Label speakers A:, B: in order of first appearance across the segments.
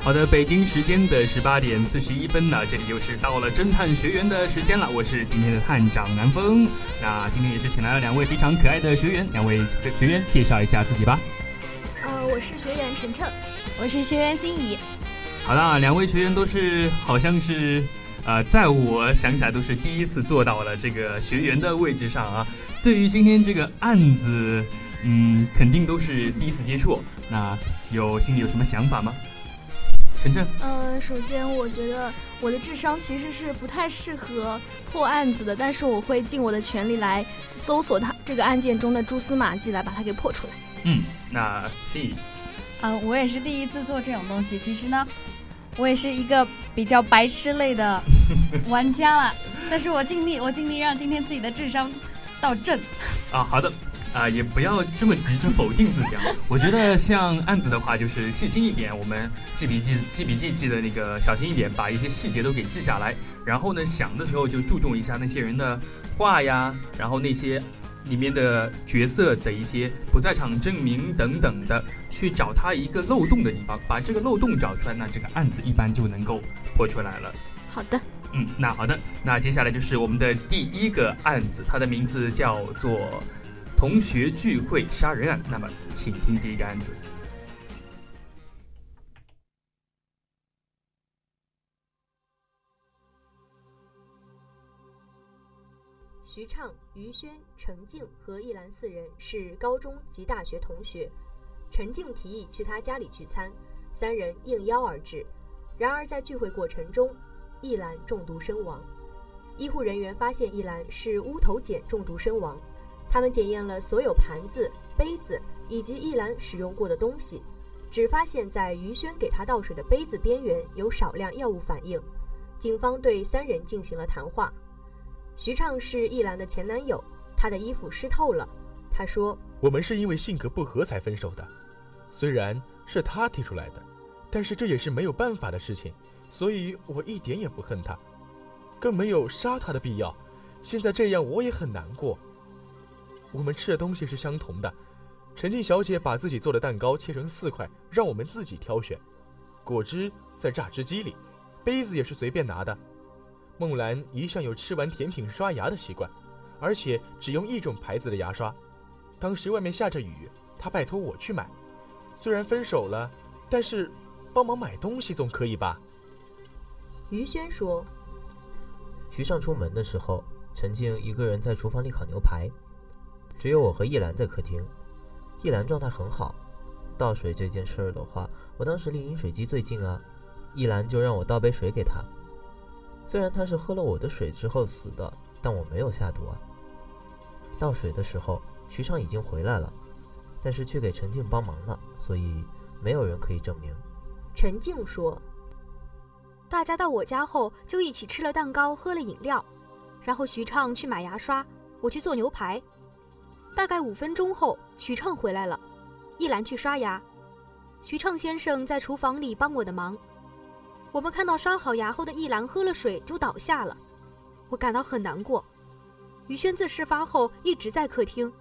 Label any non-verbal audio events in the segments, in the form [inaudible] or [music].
A: 好的，北京时间的十八点四十一分呢，这里又是到了侦探学员的时间了。我是今天的探长南风，那今天也是请来了两位非常可爱的学员，两位学员介绍一下自己吧。
B: 呃，我是学员晨晨，
C: 我是学员心怡，
A: 好啦，两位学员都是好像是，呃，在我想起来都是第一次坐到了这个学员的位置上啊。对于今天这个案子，嗯，肯定都是第一次接触。那有心里有什么想法吗？晨晨，
B: 呃，首先我觉得我的智商其实是不太适合破案子的，但是我会尽我的全力来搜索他这个案件中的蛛丝马迹，来把它给破出来。
A: 嗯，那心怡，
C: 呃，我也是第一次做这种东西。其实呢，我也是一个比较白痴类的玩家了，但是我尽力，我尽力让今天自己的智商到正。
A: 啊，好的，啊，也不要这么急着否定自己啊。我觉得像案子的话，就是细心一点，我们记笔记、记笔记记的那个小心一点，把一些细节都给记下来。然后呢，想的时候就注重一下那些人的话呀，然后那些里面的角色的一些不在场证明等等的，去找他一个漏洞的地方，把这个漏洞找出来，那这个案子一般就能够破出来了。
B: 好的，
A: 嗯，那好的，那接下来就是我们的第一个案子，它的名字叫做“同学聚会杀人案”。那么，请听第一个案子。
D: 徐畅、于轩、陈静和一兰四人是高中及大学同学。陈静提议去他家里聚餐，三人应邀而至。然而在聚会过程中，一兰中毒身亡。医护人员发现一兰是乌头碱中毒身亡，他们检验了所有盘子、杯子以及一兰使用过的东西，只发现在于轩给他倒水的杯子边缘有少量药物反应。警方对三人进行了谈话。徐畅是一兰的前男友，他的衣服湿透了。他说
E: 我们是因为性格不合才分手的，虽然是他提出来的，但是这也是没有办法的事情，所以我一点也不恨他，更没有杀他的必要。现在这样我也很难过。我们吃的东西是相同的，陈静小姐把自己做的蛋糕切成四块，让我们自己挑选。果汁在榨汁机里，杯子也是随便拿的。梦兰一向有吃完甜品刷牙的习惯，而且只用一种牌子的牙刷。当时外面下着雨，她拜托我去买。虽然分手了，但是帮忙买东西总可以吧？：“
D: 于轩说，
F: 徐尚出门的时候，陈静一个人在厨房里烤牛排，只有我和一兰在客厅。一兰状态很好，倒水这件事儿的话，我当时离饮水机最近啊，一兰就让我倒杯水给她。虽然她是喝了我的水之后死的，但我没有下毒啊。倒水的时候，徐尚已经回来了，但是去给陈静帮忙了，所以没有人可以证明。
D: 陈静说，
G: 大家到我家后就一起吃了蛋糕，喝了饮料，然后徐畅去买牙刷，我去做牛排。大概五分钟后，徐畅回来了，一兰去刷牙，徐畅先生在厨房里帮我的忙。我们看到刷好牙后的一兰喝了水就倒下了，我感到很难过。于轩自事发后一直在客厅，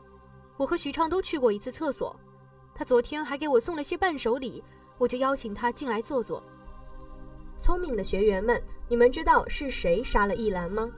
G: 我和徐畅都去过一次厕所，他昨天还给我送了些伴手礼，我就邀请他进来坐坐。
D: 聪明的学员们，你们知道是谁杀了一兰吗？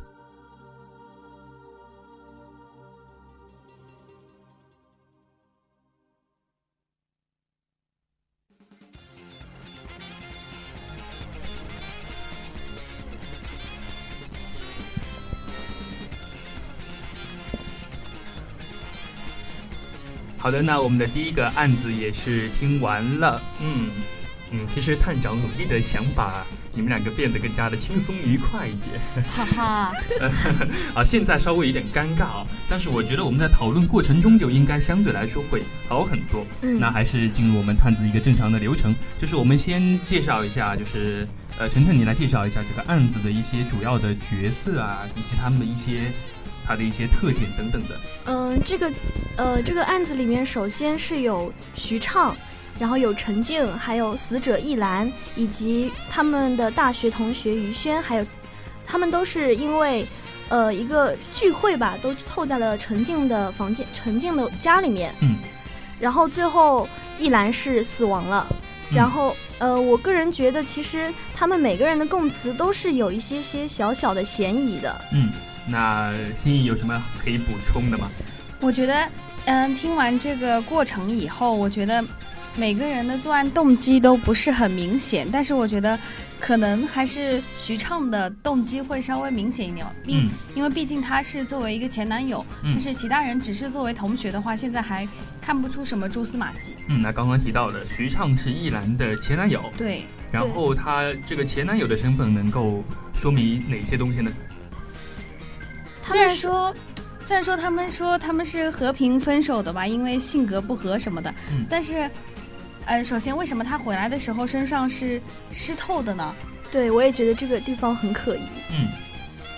A: 好的，那我们的第一个案子也是听完了，嗯嗯，其实探长努力的想把你们两个变得更加的轻松愉快一点。
C: 哈哈，
A: 啊，现在稍微有点尴尬啊，但是我觉得我们在讨论过程中就应该相对来说会好很多。
B: 嗯
A: 那还是进入我们探子一个正常的流程，就是我们先介绍一下，就是呃，晨晨你来介绍一下这个案子的一些主要的角色啊，以及他们的一些它的一些特点等等的。
B: 嗯，这个，呃，这个案子里面首先是有徐畅，然后有陈静，还有死者一兰，以及他们的大学同学于轩，还有他们都是因为呃一个聚会吧，都凑在了陈静的房间、陈静的家里面。
A: 嗯。
B: 然后最后一兰是死亡了，
A: 嗯
B: 然后呃，我个人觉得其实他们每个人的供词都是有一些些小小的嫌疑的。
A: 嗯，那心意有什么可以补充的吗？
C: 我觉得，嗯，听完这个过程以后，我觉得每个人的作案动机都不是很明显，但是我觉得可能还是徐畅的动机会稍微明显一点，因、
A: 嗯
C: 因为毕竟他是作为一个前男友，
A: 嗯
C: 但是其他人只是作为同学的话，现在还看不出什么蛛丝马迹。
A: 嗯，那刚刚提到的徐畅是易兰的前男友，
C: 对，
A: 然后他这个前男友的身份能够说明哪些东西呢？
C: 虽然说，虽然说他们说他们是和平分手的吧，因为性格不合什么的，
A: 嗯
C: 但是，呃，首先为什么他回来的时候身上是湿透的呢？
B: 对我也觉得这个地方很可疑。
A: 嗯，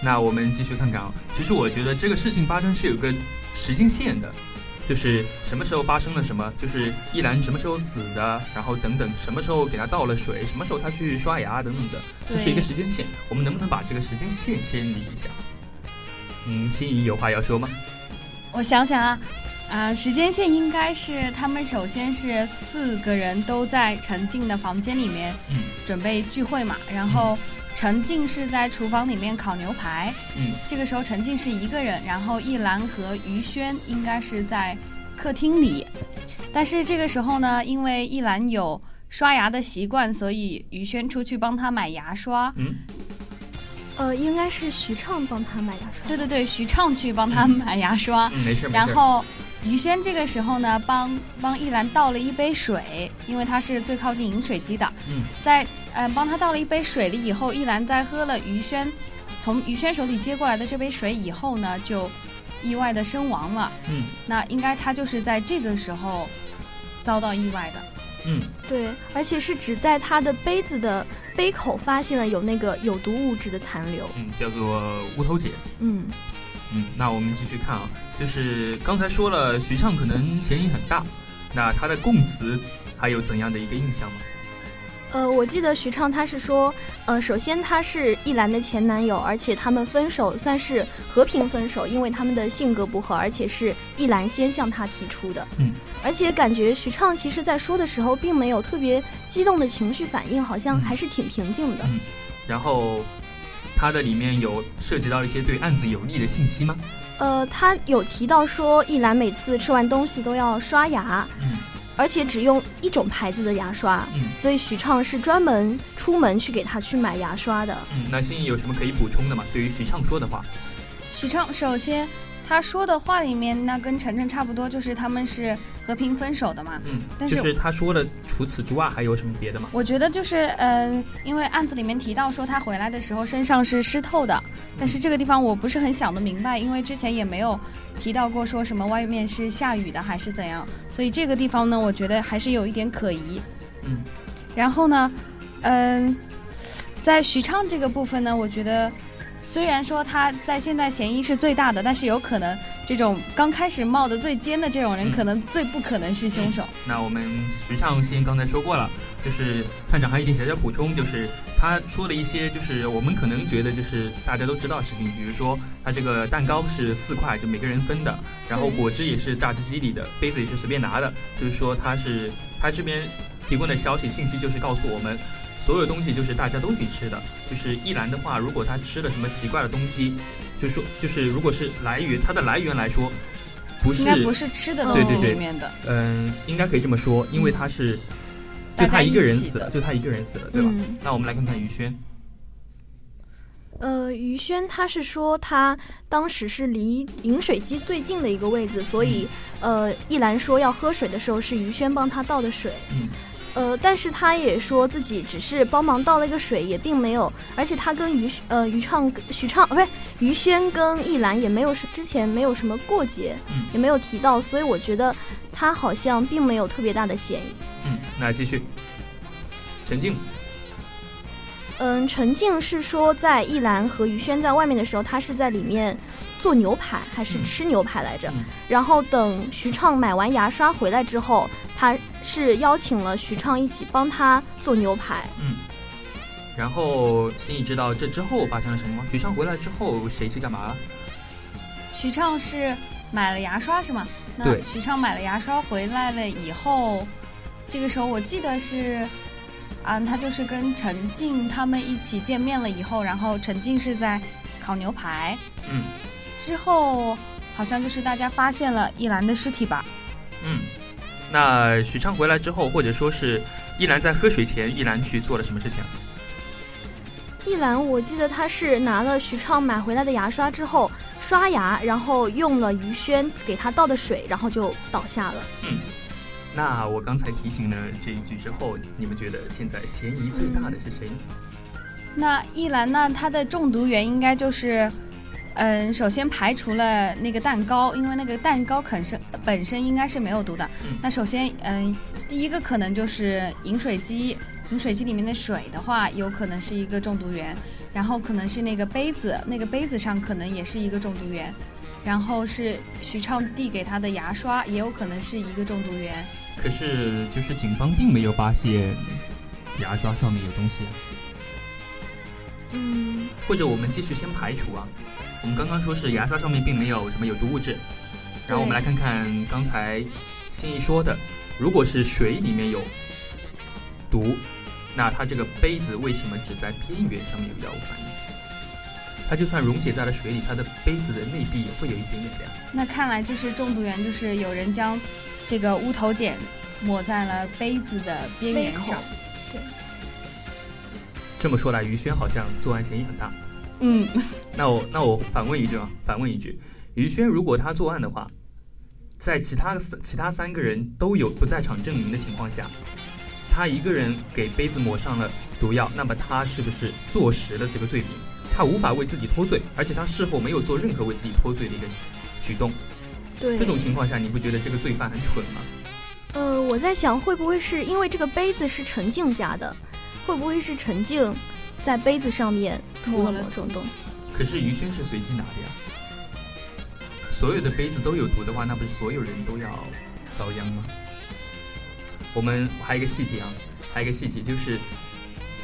A: 那我们继续看看啊。其实我觉得这个事情发生是有个时间线的，就是什么时候发生了什么，就是依兰什么时候死的，然后等等什么时候给他倒了水，什么时候他去刷牙等等的，这是一个时间线。我们能不能把这个时间线先理一下？嗯，心仪有话要说吗？
C: 我想想啊，啊、时间线应该是他们首先是四个人都在陈静的房间里面
A: 嗯
C: 准备聚会嘛，然后陈静是在厨房里面烤牛排，
A: 嗯
C: 这个时候陈静是一个人，然后一兰和于轩应该是在客厅里，但是这个时候呢，因为一兰有刷牙的习惯，所以于轩出去帮他买牙刷。
A: 嗯
B: 呃，应该是徐畅帮他买牙刷。
C: 对对对，徐畅去帮他
A: 嗯
C: 买牙刷，
A: 嗯，没事没事。
C: 啊然后于轩这个时候呢，帮帮一兰倒了一杯水，因为他是最靠近饮水机的。
A: 嗯，
C: 在嗯、呃帮他倒了一杯水了以后，一兰在喝了于轩从于轩手里接过来的这杯水以后呢，就意外的身亡了。
A: 嗯
C: 那应该他就是在这个时候遭到意外的。
A: 嗯
B: 对，而且是只在他的杯子的杯口发现了有那个有毒物质的残留。
A: 嗯，叫做无头姐。
B: 嗯，
A: 嗯，那我们继续看啊，就是刚才说了，徐畅可能嫌疑很大，那他的供词还有怎样的一个印象吗？
B: 呃，我记得徐畅他是说，呃，首先他是一兰的前男友，而且他们分手算是和平分手，因为他们的性格不合，而且是一兰先向他提出的。
A: 嗯，
B: 而且感觉徐畅其实在说的时候并没有特别激动的情绪反应，好像
A: 嗯
B: 还是挺平静的。
A: 然后，他的里面有涉及到一些对案子有利的信息吗？
B: 呃，他有提到说，一兰每次吃完东西都要刷牙，
A: 嗯
B: 而且只用一种牌子的牙刷，
A: 嗯
B: 所以许畅是专门出门去给他去买牙刷的。
A: 嗯，那心仪有什么可以补充的吗？对于徐畅说的话，
C: 徐畅首先他说的话里面，那跟晨晨差不多，就是他们是和平分手的嘛。
A: 嗯，
C: 但是
A: 就是他说的，除此之外还有什么别的吗？
C: 我觉得就是，嗯、因为案子里面提到说他回来的时候身上是湿透的，但是这个地方我不是很想得明白，因为之前也没有提到过说什么外面是下雨的还是怎样，所以这个地方呢，我觉得还是有一点可疑。
A: 嗯，
C: 然后呢，嗯、在徐畅这个部分呢，我觉得。虽然说他在现在嫌疑是最大的，但是有可能这种刚开始冒的最尖的这种人，
A: 嗯
C: 可能最不可能是凶手。
A: 那我们徐畅先刚才说过了，就是探长还有一点小小补充，就是他说了一些，就是我们可能觉得就是大家都知道的事情，比如说他这个蛋糕是四块，就每个人分的，然后果汁也是榨汁机里的，杯子也是随便拿的，就是说他是他这边提供的消息信息就是告诉我们。所有东西就是大家都可以吃的，就是一兰的话，如果他吃了什么奇怪的东西，就说就是如果是来源，它的来源来说，不是
C: 应该不是吃的东
A: 对
C: 西
A: 对对
C: 里面的。
A: 嗯，应该可以这么说，因为他是就
C: 大家
A: 他
C: 一
A: 一个人
C: 起
A: 死了，
C: 的嗯
A: 就他一个人死了，对吧？
B: 嗯
A: 那我们来看看于轩，
B: 呃，于轩他是说他当时是离饮水机最近的一个位置，所以呃，一兰说要喝水的时候是于轩帮他倒的水。
A: 嗯
B: 呃，但是他也说自己只是帮忙倒了一个水，也并没有，而且他跟于呃于畅许畅呃不是于轩跟一兰也没有是之前没有什么过节，
A: 嗯
B: 也没有提到，所以我觉得他好像并没有特别大的嫌疑。
A: 嗯，那继续。陈静，
B: 嗯，陈静是说在一兰和于轩在外面的时候，他是在里面做牛排还是
A: 嗯
B: 吃牛排来着？
A: 嗯
B: 然后等徐畅买完牙刷回来之后，他是邀请了徐畅一起帮他做牛排。
A: 嗯，然后心里知道这之后发生了什么吗？许昌回来之后，谁去干嘛了？
C: 许畅是买了牙刷是吗？那
A: 对
C: 许畅买了牙刷回来了以后，这个时候我记得是，啊，他就是跟陈静他们一起见面了以后，然后陈静是在烤牛排，
A: 嗯，
C: 之后好像就是大家发现了一兰的尸体吧？
A: 嗯，那许昌回来之后，或者说是依兰在喝水前，依兰去做了什么事情啊？
B: 一兰，我记得他是拿了徐畅买回来的牙刷之后刷牙，然后用了于轩给他倒的水，然后就倒下了。
A: 那我刚才提醒了这一句之后，你们觉得现在嫌疑最大的是谁？
C: 那一兰呢，她的中毒源应该就是，嗯，首先排除了那个蛋糕，因为那个蛋糕本身本身应该是没有毒的。
A: 嗯
C: 那首先，嗯，第一个可能就是饮水机，饮水机里面的水的话，有可能是一个中毒源，然后可能是那个杯子，那个杯子上可能也是一个中毒源，然后是徐畅递给她的牙刷，也有可能是一个中毒源。
A: 可是就是警方并没有发现牙刷上面有东西啊。
B: 嗯，
A: 或者我们继续先排除啊。我们刚刚说是牙刷上面并没有什么有毒物质，然后我们来看看刚才心怡说的，如果是水里面有毒，那它这个杯子为什么只在边缘上面有药物反应？它就算溶解在了水里，它的杯子的内壁也会有一点点的呀。
C: 那看来就是中毒源，就是有人将这个乌头碱抹在了杯子的边
B: 杯
C: 缘
B: 口
C: 上。
A: 这么说来，于轩好像作案嫌疑很大。
C: 嗯，
A: 那我那我反问一句啊，反问一句，于轩如果他作案的话，在其他四其他三个人都有不在场证明的情况下，他一个人给杯子抹上了毒药，那么他是不是坐实了这个罪名？他无法为自己脱罪，而且他事后没有做任何为自己脱罪的一个举动。
B: 对
A: 这。种情况下，你不觉得这个罪犯很蠢吗？
B: 呃，我在想会不会是因为这个杯子是陈静家的，会不会是陈静在杯子上面涂了
C: 抹了
B: 某种东西？
A: 可是于轩是随机拿的呀，所有的杯子都有毒的话，那不是所有人都要遭殃吗？我们还有一个细节啊，还有一个细节就是，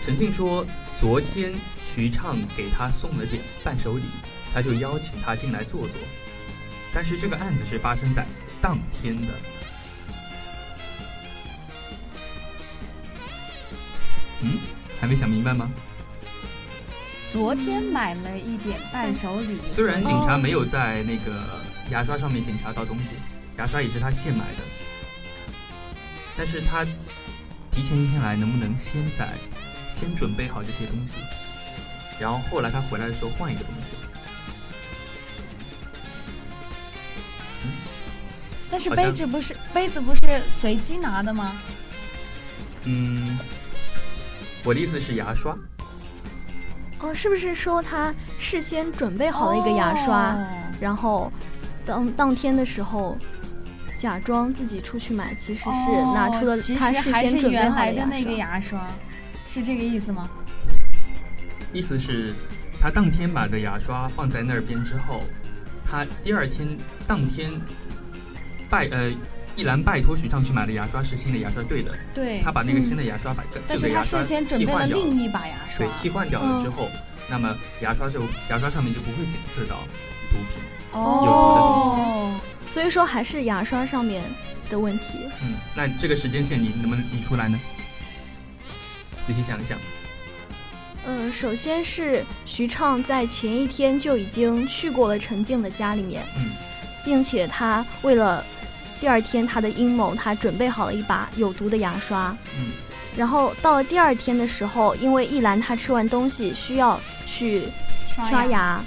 A: 陈静说昨天徐畅给他送了点伴手礼，他就邀请他进来坐坐，但是这个案子是发生在当天的。嗯，还没想明白吗？
C: 昨天买了一点伴手礼，
A: 嗯虽然
C: 所
A: 警
B: 哦
C: 以
A: 察没有在那个牙刷上面检查到东西，牙刷也是他现买的，但是他提前一天来，能不能先在先准备好这些东西，然后后来他回来的时候换一个东西？
C: 但是
A: 好像
C: 杯子不是杯子不是随机拿的吗？
A: 嗯，我的意思是牙刷，
B: 哦，是不是说他事先准备好了一个牙刷，
C: 哦
B: 然后当当天的时候假装自己出去买，其实是
C: 哦
B: 拿出了
C: 其
B: 他
C: 实
B: 事
C: 还
B: 先
C: 是
B: 准备
C: 原
B: 好
C: 来的
B: 牙
C: 那个
B: 刷。
C: 牙刷，是这个意思吗？
A: 意思是，他当天买的牙刷放在那边之后，他第二天当天拜呃。一兰拜托许畅去买的牙刷是新的牙刷，对的，
C: 对，嗯
A: 他把那个新的牙刷把跟
C: 但
A: 这
C: 是
A: 个
C: 他
A: 牙刷
C: 事先准
A: 替
C: 备了
A: 换掉
C: 另一嗯把牙刷
A: 对，，替换掉了之后，那么牙刷就牙刷上面就不会检测到毒品。
C: 哦，
B: 所以说还是牙刷上面的问题。
A: 嗯，那这个时间线你能不能理出来呢？仔细想一想，
B: 呃，首先是徐畅在前一天就已经去过了陈静的家里面，
A: 嗯，
B: 并且他为了第二天他的阴谋，他准备好了一把有毒的牙刷。
A: 嗯，
B: 然后到了第二天的时候，因为一兰她吃完东西需要去
C: 刷
B: 刷牙，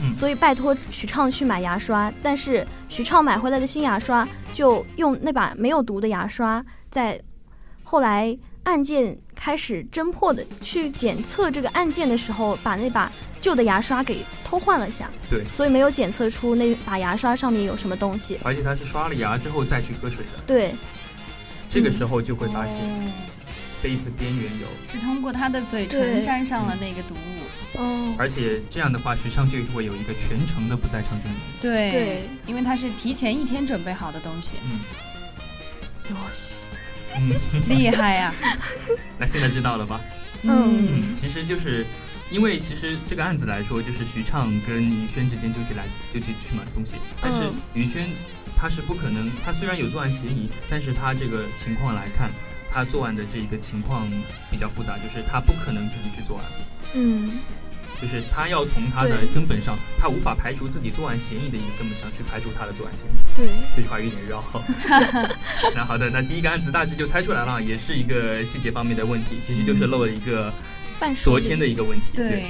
A: 嗯
B: 所以拜托许畅去买牙刷。但是许畅买回来的新牙刷就用那把没有毒的牙刷，在后来案件开始侦破的去检测这个案件的时候，把那把旧的牙刷给偷换了一下。
A: 对
B: 所以没有检测出那把牙刷上面有什么东西。
A: 而且他是刷了牙之后再去喝水的，
B: 对，
A: 这个时候就会发现
C: 哦
A: 杯子边缘有，
C: 是通过他的嘴
B: 对
C: 唇沾上了那个毒物。
B: 嗯，
A: 而且这样的话，徐畅就会有一个全程的不在场证明。
C: 对
B: 对，
C: 因为他是提前一天准备好的东西，
A: 嗯
B: 哟西，
A: 嗯，
C: 厉害啊呀、
A: 那现在知道了吧？
B: 嗯
A: 嗯，其实就是因为其实这个案子来说，就是徐畅跟于轩之间纠结来纠结去买东西，但是
B: 嗯
A: 于轩他是不可能，他虽然有作案嫌疑，但是他这个情况来看，他作案的这个情况比较复杂，就是他不可能自己去作案，
B: 嗯，
A: 就是他要从他的
B: 对
A: 根本上，他无法排除自己作案嫌疑的一个根本上去排除他的作案嫌疑。
B: 对，
A: 这句话有点绕。 [laughs] 那好的，那第一个案子大致就猜出来了，啊也是一个细节方面的问题，其实就是漏了一个
B: 半熟
A: 昨
B: 礼
A: 天的一个问题。
C: 对，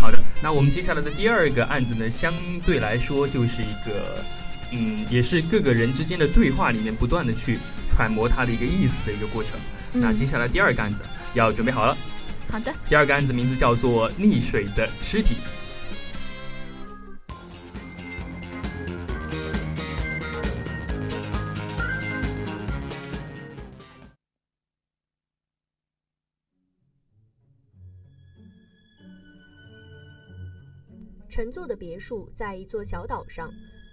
A: 好的，那我们接下来的第二个案子呢，相对来说就是一个，嗯，也是各个人之间的对话里面不断的去揣摩他的一个意思的一个过程。那接
B: 嗯，
A: 下来第二个案子要准备好了，
B: 好的，
A: 第二个案子名字叫做《溺水的尸体》。
D: 乘坐的别墅在一座小岛上，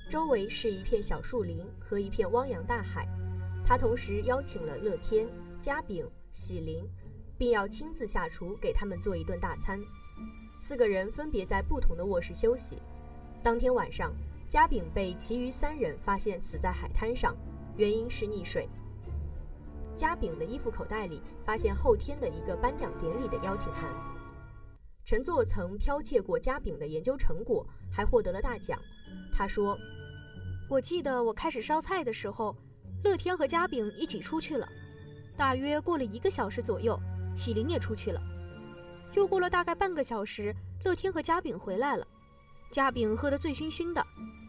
D: 周围是一片小树林和一片汪洋大海。他同时邀请了乐天、嘉炳、喜林，并要亲自下厨给他们做一顿大餐。四个人分别在不同的卧室休息。当天晚上，嘉炳被其余三人发现死在海滩上，原因是溺水。嘉炳的衣服口袋里发现后天的一个颁奖典礼的邀请函。陈作曾剽窃过嘉炳的研究成果，还获得了大奖。他说
G: 我记得我开始烧菜的时候，乐天和嘉炳一起出去了，大约过了一个小时左右，喜林也出去了。又过了大概半个小时，乐天和嘉炳回来了。嘉炳喝得醉醺醺的，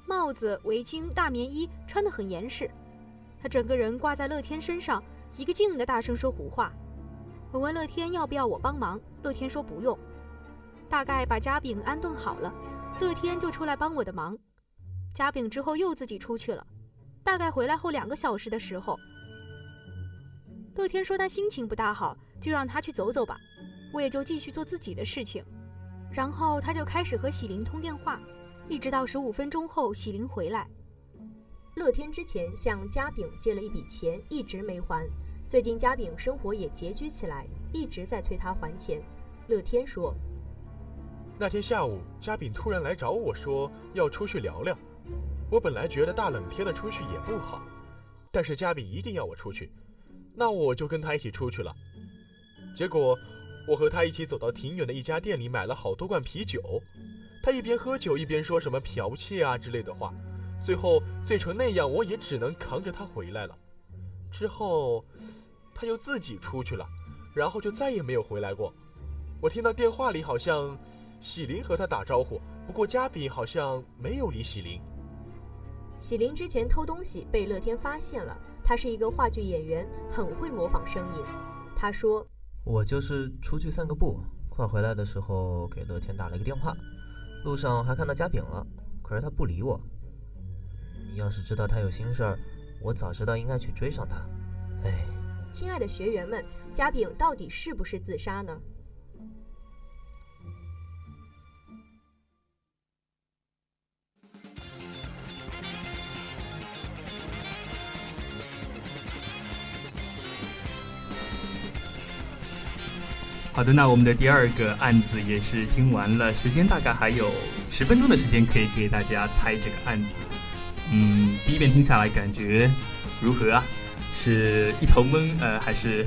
G: 帽子、围巾、大棉衣穿得很严实，他整个人挂在乐天身上，一个劲的大声说胡话。我问乐天要不要我帮忙，乐天说不用。大概把嘉炳安顿好了，乐天就出来帮我的忙。嘉炳之后又自己出去了，大概回来后两个小时的时候，乐天说他心情不大好，就让他去走走吧。我也就继续做自己的事情，然后他就开始和喜林通电话，一直到十五分钟后喜林回来。：“
D: 乐天之前向嘉炳借了一笔钱，一直没还。最近嘉炳生活也拮据起来，一直在催他还钱。”乐天说
E: 那天下午，嘉炳突然来找我说要出去聊聊。我本来觉得大冷天的出去也不好，但是嘉炳一定要我出去，那我就跟他一起出去了。结果，我和他一起走到挺远的一家店里，买了好多罐啤酒。他一边喝酒一边说什么剽窃啊之类的话，最后醉成那样，我也只能扛着他回来了。之后，他又自己出去了，然后就再也没有回来过。我听到电话里好像喜林和他打招呼，不过嘉炳好像没有理喜林。：“
D: 喜林之前偷东西被乐天发现了，他是一个话剧演员，很会模仿声音。”他说
F: 我就是出去散个步，快回来的时候给乐天打了一个电话，路上还看到嘉炳了，可是他不理我。嗯要是知道他有心事儿，我早知道应该去追上他。哎，：“
D: 亲爱的学员们，嘉炳到底是不是自杀呢？”
A: 好的，那我们的第二个案子也是听完了，时间大概还有十分钟的时间可以给大家猜这个案子。嗯，第一遍听下来感觉如何啊？是一头懵，呃，还是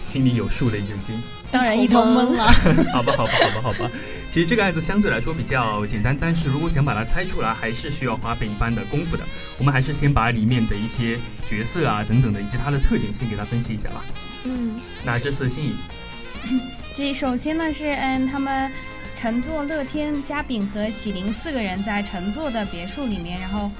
A: 心里有数的一震惊？
C: 当然一头懵了。
A: 好吧，好吧，好吧，好吧。其实这个案子相对来说比较简单，但是如果想把它猜出来，还是需要花费一般的功夫的。我们还是先把里面的一些角色啊等等的以及它的特点先给它分析一下吧。
B: 嗯，
A: 那这次心仪
C: 这首先呢是嗯，他们乘坐乐天、嘉炳和喜林四个人在乘坐的别墅里面，然后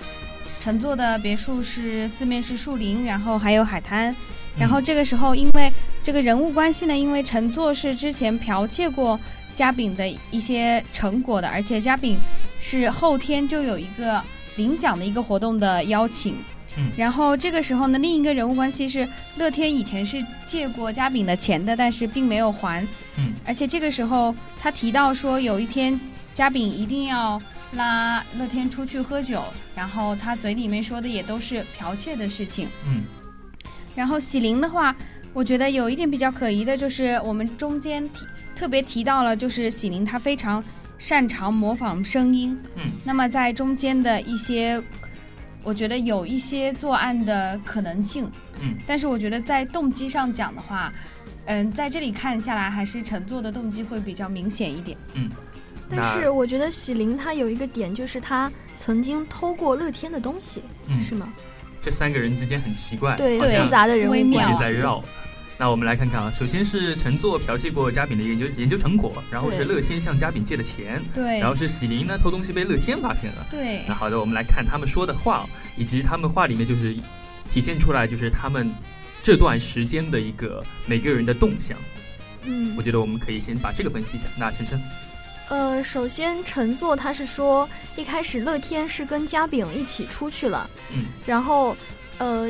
C: 乘坐的别墅是四面是树林，然后还有海滩。然后这个时候，因为这个人物关系呢，因为乘坐是之前剽窃过嘉炳的一些成果的，而且嘉炳是后天就有一个领奖的一个活动的邀请。
A: 嗯
C: 然后这个时候呢，另一个人物关系是乐天以前是借过嘉炳的钱的，但是并没有还。
A: 嗯，
C: 而且这个时候他提到说，有一天嘉炳一定要拉乐天出去喝酒，然后他嘴里面说的也都是剽窃的事情。
A: 嗯，
C: 然后喜灵的话，我觉得有一点比较可疑的就是我们中间提特别提到了，就是喜灵他非常擅长模仿声音。
A: 嗯，
C: 那么在中间的一些，我觉得有一些作案的可能性。
A: 嗯，
C: 但是我觉得在动机上讲的话，嗯，在这里看下来，还是乘坐的动机会比较明显一点。
B: 但是我觉得喜灵他有一个点，就是他曾经偷过乐天的东西，
A: 嗯，
B: 是吗？
A: 这三个人之间很奇怪，
B: 对，
A: 好像
B: 复杂的人物
C: 微
A: 一
C: 妙
A: 直
B: 关
A: 在
B: 系。
A: 绕。那我们来看看啊，首先是乘坐剽窃过嘉炳的研究研究成果，然后是
B: 对
A: 乐天向嘉炳借的钱，
C: 对
A: 然后是喜林呢偷东西被乐天发现了。
C: 对
A: 那好的，我们来看他们说的话，以及他们话里面就是体现出来就是他们这段时间的一个每个人的动向。
B: 嗯
A: 我，觉得我们可以先把这个分析一下。那晨晨，
B: 呃，首先乘坐他是说一开始乐天是跟嘉炳一起出去了，
A: 嗯，
B: 然后呃，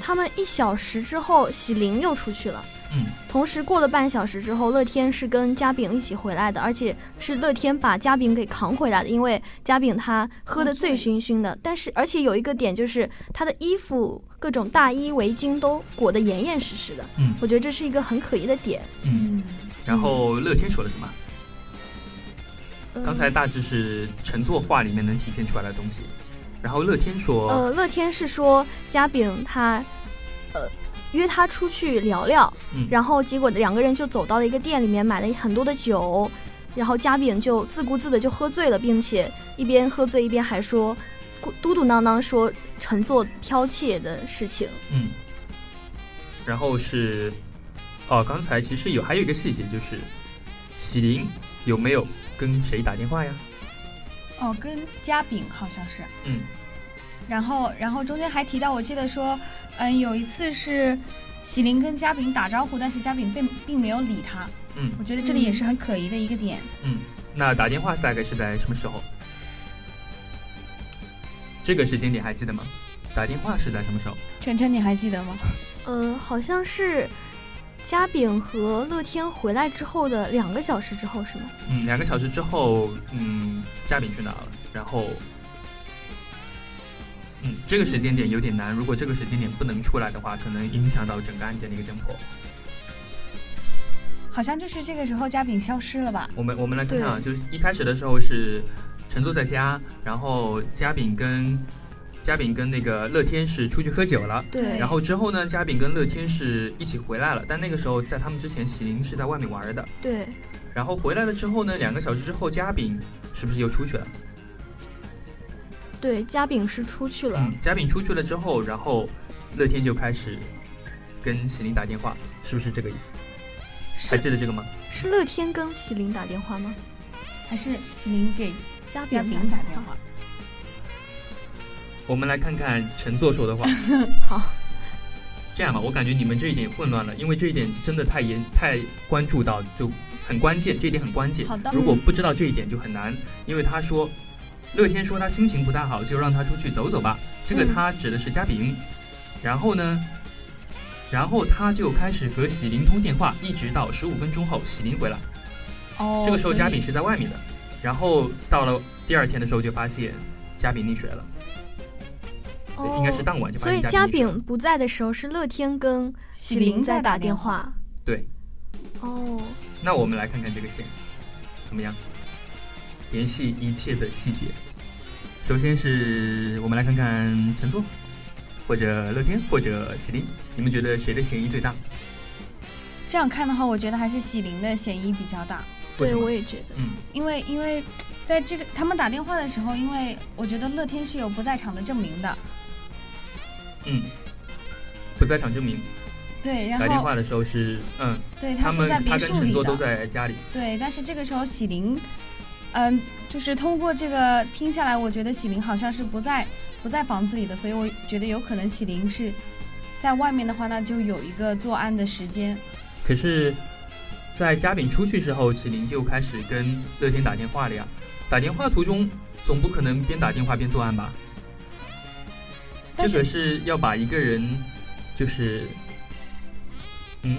B: 他们一小时之后喜灵又出去了。
A: 嗯，
B: 同时过了半小时之后，乐天是跟嘉炳一起回来的，而且是乐天把嘉炳给扛回来的，因为嘉炳他喝得醉醺醺的。但是，而且有一个点就是他的衣服、各种大衣、围巾都裹得严严实实的。
A: 嗯
B: 我觉得这是一个很可疑的点。
A: 嗯，
C: 嗯，
A: 然后乐天说了什么？
B: 呃
A: 刚才大致是乘坐话里面能体现出来的东西。然后乐天说，
B: 呃，乐天是说嘉炳他呃约他出去聊聊，
A: 嗯
B: 然后结果两个人就走到了一个店里面，买了很多的酒，然后嘉炳就自顾自的就喝醉了，并且一边喝醉一边还说咕嘟嘟囔囔说乘坐剽窃的事情。
A: 嗯，然后是，哦，刚才其实有还有一个细节就是，喜林有没有跟谁打电话呀？
C: 哦，跟嘉炳好像是。
A: 嗯
C: 然后，然后中间还提到，我记得说，嗯，有一次是喜林跟嘉炳打招呼，但是嘉炳并并没有理他。
A: 嗯
C: 我觉得这里也是很可疑的一个点。
A: 嗯，那打电话大概是在什么时候？这个时间点还记得吗？打电话是在什么时候？
C: 晨晨，你还记得吗？
B: 呃，好像是嘉炳和乐天回来之后的两个小时之后是吗？
A: 嗯，两个小时之后，嗯，嘉炳去哪了？然后，嗯，这个时间点有点难。如果这个时间点不能出来的话，可能影响到整个案件的一个侦破。
C: 好像就是这个时候嘉炳消失了吧？
A: 我们我们来看看啊，就是一开始的时候是陈坐在家，然后嘉炳跟嘉炳跟那个乐天是出去喝酒了。
C: 对
A: 然后之后呢，嘉炳跟乐天是一起回来了，但那个时候在他们之前，喜林是在外面玩的。
B: 对，
A: 然后回来了之后呢，两个小时之后，嘉炳是不是又出去了？
B: 对，嘉炳是出去了。
A: 嗯，嘉炳出去了之后，然后乐天就开始跟喜林打电话，是不是这个意思？还
B: 是
A: 记得这个吗？
B: 是乐天跟喜林打电话吗？
C: 还是喜林给
B: 嘉
C: 嘉
B: 炳
C: 炳打电话？
A: 我们来看看陈座说的
C: [laughs]
A: 话。
B: 好，
A: 这样吧，我感觉你们这一点混乱了，因为这一点真的太严太关注到，就很关键，这一点很关键。
C: 好的
A: 如果不知道这一点就很难，因为他说，乐天说他心情不大好，就让他出去走走吧。这个
B: 嗯
A: 他指的是嘉炳，然后呢，然后他就开始和喜林通电话，一直到十五分钟后喜林回来。
C: 哦，
A: 这个时候
C: 所以
A: 嘉炳是在外面的，然后到了第二天的时候就发现嘉炳溺水了，对应该是当晚就发
B: 哦所以
A: 现
B: 嘉
A: 嘉炳溺水了
B: 炳不在的时候，是乐天跟
C: 喜
B: 林
C: 林
B: 在
C: 在
B: 打
C: 打
B: 电
C: 电
B: 话
C: 话。
A: 对，
B: 哦，
A: 那我们来看看这个线怎么样，联系一切的细节。首先是我们来看看陈座，或者乐天，或者喜林，你们觉得谁的嫌疑最大？
C: 这样看的话，我觉得还是喜林的嫌疑比较大，
A: 为
B: 对，
A: 什么
B: 我也觉得。
A: 嗯
C: 因为因为在这个他们打电话的时候，因为我觉得乐天是有不在场的证明的。
A: 嗯，不在场证明。
C: 对，然
A: 打电
C: 后
A: 话的时候是嗯，
C: 对
A: 他
C: 是
A: 们
C: 在
A: 他
C: 别
A: 跟
C: 墅
A: 陈
C: 里
A: 卓都
C: 的，
A: 在家里，
C: 对，但是这个时候喜灵，嗯、就是通过这个听下来，我觉得喜灵好像是不在不在房子里的，所以我觉得有可能喜灵是在外面的话，那就有一个作案的时间。
A: 可是，在嘉炳出去之后，启灵就开始跟乐天打电话了呀。打电话途中，总不可能边打电话边作案吧？
C: 但
A: 这
C: 是
A: 个是要把一个人，就是，嗯，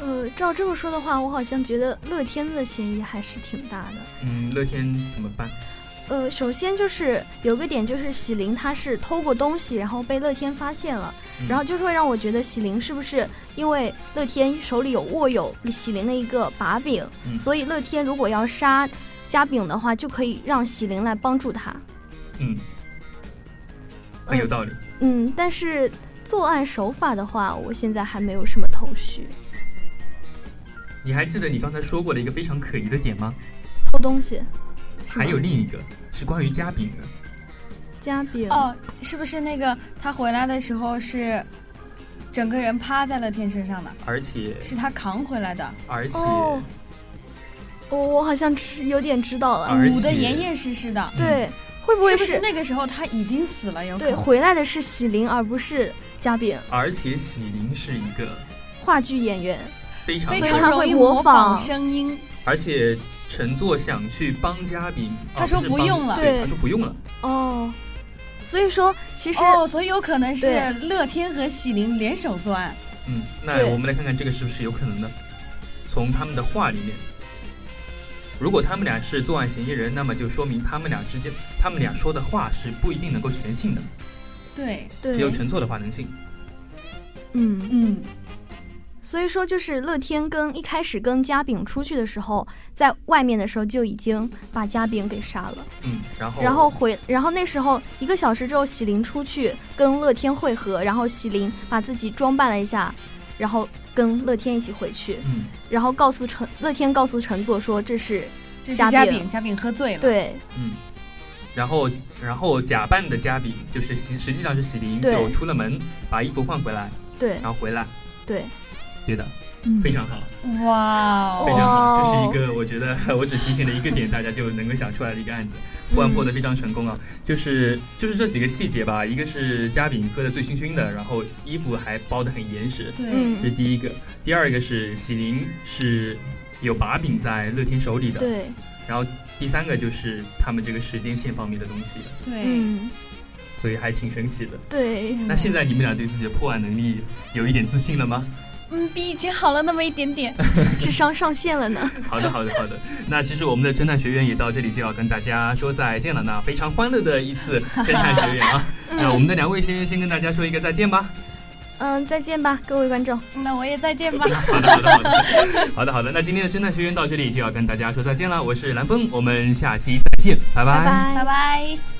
B: 呃，照这么说的话，我好像觉得乐天的嫌疑还是挺大的。
A: 嗯，乐天怎么办？
B: 呃，首先就是有个点，就是喜灵他是偷过东西，然后被乐天发现了，
A: 嗯
B: 然后就是会让我觉得喜灵是不是因为乐天手里有握有喜灵的一个把柄，
A: 嗯
B: 所以乐天如果要杀嘉炳的话，就可以让喜灵来帮助他。
A: 嗯，很有
B: 嗯
A: 道理。
B: 嗯，但是作案手法的话，我现在还没有什么头绪。
A: 你还记得你刚才说过的一个非常可疑的点吗？
B: 偷东西，是
A: 还
B: 吗
A: 有另一个是关于嘉炳的。
B: 嘉炳，
C: 哦，是不是那个他回来的时候是整个人趴在乐天身上的，
A: 而且
C: 是他扛回来的？
A: 而且、
B: 哦我哦我好像知有点知道了，
A: 而且
C: 捂得严严实实的，
B: 对，会不会
C: 是不是那个时候他已经死了？有可
B: 对，
C: 能。
B: 回来的是喜灵，而不是嘉炳，
A: 而且喜灵是一个
B: 话剧演员。
A: 非常
C: 非
B: 所以他
C: 常容
B: 会
C: 易
B: 模
C: 模
B: 仿
C: 仿声音，
A: 而且陈作想去帮嘉炳，
C: 他
A: 啊
C: 说
A: 是
C: 不
A: 帮
C: 用了
A: 对，
B: 对
A: 他说不用了，
B: 哦，所以说其实、
C: 哦，所以有可能是
B: 对
C: 乐天和喜灵联手作案。
A: 嗯，那
B: 对
A: 我们来看看这个是不是有可能的。从他们的话里面，如果他们俩是作案嫌疑人，那么就说明他们俩之间，他们俩说的话是不一定能够全信的，
C: 对，
A: 只有
B: 对，
A: 陈作的话能信。
B: 嗯，
C: 嗯，
B: 所以说就是乐天跟一开始跟嘉炳出去的时候，在外面的时候就已经把嘉炳给杀了，
A: 嗯，然后
B: 然后回，然后那时候一个小时之后，喜灵出去跟乐天会合，然后喜灵把自己装扮了一下，然后跟乐天一起回去，
A: 嗯，
B: 然后告诉陈乐天告诉陈佐说这是
C: 这是
B: 嘉
C: 嘉
B: 炳
C: 炳，嘉炳喝醉了。，
B: 对
A: 然后然后假扮的嘉炳就是实实际上是喜灵，
B: 对
A: 就出了门，把衣服换回来，
B: 对
A: 然后回来，
B: 对，
A: 对的，
B: 嗯
A: 非常好。
C: 哇
A: 非
C: 哦，
A: 常好，这是
B: 哇哦
A: 一个我觉得 [laughs] 我只提醒了一个点，大家就能够想出来的一个案子，破案
B: 嗯
A: 破的非常成功啊！就是就是这几个细节吧，一个是嘉炳喝的醉醺醺的，然后衣服还包得很严实，
C: 对，
A: 这是
B: 嗯，
A: 第一个；第二个是喜灵是有把柄在乐天手里的；
B: 对，
A: 然后第三个就是他们这个时间线方面的东西了，
C: 对，
B: 嗯，
A: 所以还挺神奇的。
B: 对，
A: 那现在你们俩对自己的破案能力有一点自信了吗？
C: 嗯，比以前好了那么一
A: [laughs]
C: 点点。
B: 智商上线了呢。
A: 好的，好的，好的。那其实我们的侦探学院也到这里就要跟大家说再见了，那非常欢乐的一次侦探学院啊。 [laughs] 那我们的两位先先跟大家说一个再见吧。
B: 嗯，再见吧，各位观众。
C: 那我也再
A: [laughs]
C: 见吧。
A: [laughs] 好的，好的，好的，好的，好的。那今天的侦探学院到这里就要跟大家说再见了，我是蓝峰，我们下期再见，拜
B: 拜
C: 拜拜。